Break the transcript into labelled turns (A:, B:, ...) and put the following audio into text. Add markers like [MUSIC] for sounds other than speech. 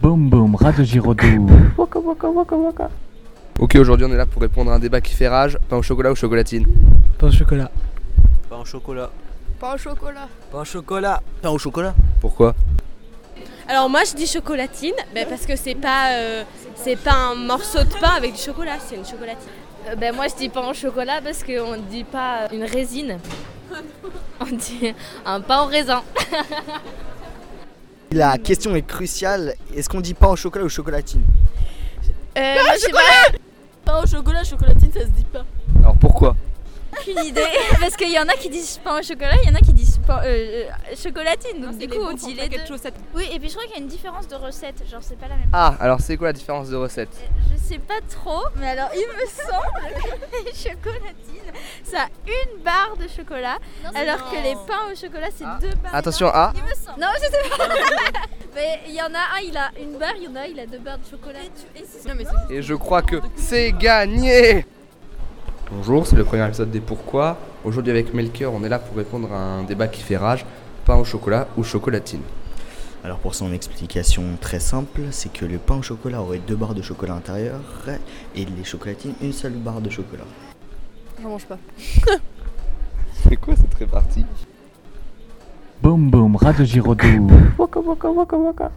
A: Boum boum, rat de Giraudoux. Waka waka waka waka.
B: Ok, aujourd'hui on est là pour répondre à un débat qui fait rage pain au chocolat ou chocolatine
C: Pain au chocolat.
D: Pain au chocolat.
E: Pain au chocolat.
D: Pain au chocolat. Pain au chocolat.
B: Pourquoi
E: Alors moi je dis chocolatine, bah, parce que c'est pas euh, c'est pas un morceau de pain avec du chocolat, c'est une chocolatine.
F: Euh, ben moi je dis pain au chocolat parce qu'on ne dit pas une
E: [LAUGHS]
F: résine. On dit un pain au raisin.
G: La question est cruciale. Est-ce qu'on dit pain au chocolat ou chocolatine
F: Euh, moi, je sais pas. Pain au chocolat, chocolatine, ça se dit pas.
B: Alors pourquoi
F: Aucune idée. parce qu'il y en a qui disent pain au chocolat, il y en a qui disent pain, euh, euh, chocolatine. Donc du coup on dit les deux. Oui, et puis je crois qu'il y a une différence de recette. Genre c'est pas la même.
B: Ah, alors c'est quoi la différence de recette
F: Je sais pas trop, mais alors il me semble que les [LAUGHS] chocolatines, ça a une barre de chocolat, alors que les pains au chocolat, c'est
B: Ah.
F: deux barres.
B: Attention à.
F: Il me semble. Non, je sais pas. [LAUGHS] mais il y en a un, il a une barre, il y en a un, il a deux barres de chocolat.
B: Et je crois que c'est gagné Bonjour, c'est le premier épisode des Pourquoi. Aujourd'hui avec Melchior, on est là pour répondre à un débat qui fait rage pain au chocolat ou chocolatine
G: Alors pour son explication très simple, c'est que le pain au chocolat aurait deux barres de chocolat intérieure et les chocolatines une seule barre de chocolat.
E: J'en mange pas.
B: C'est quoi cette répartie
A: Boum boum, rat de Giraudoux. Waka waka waka waka.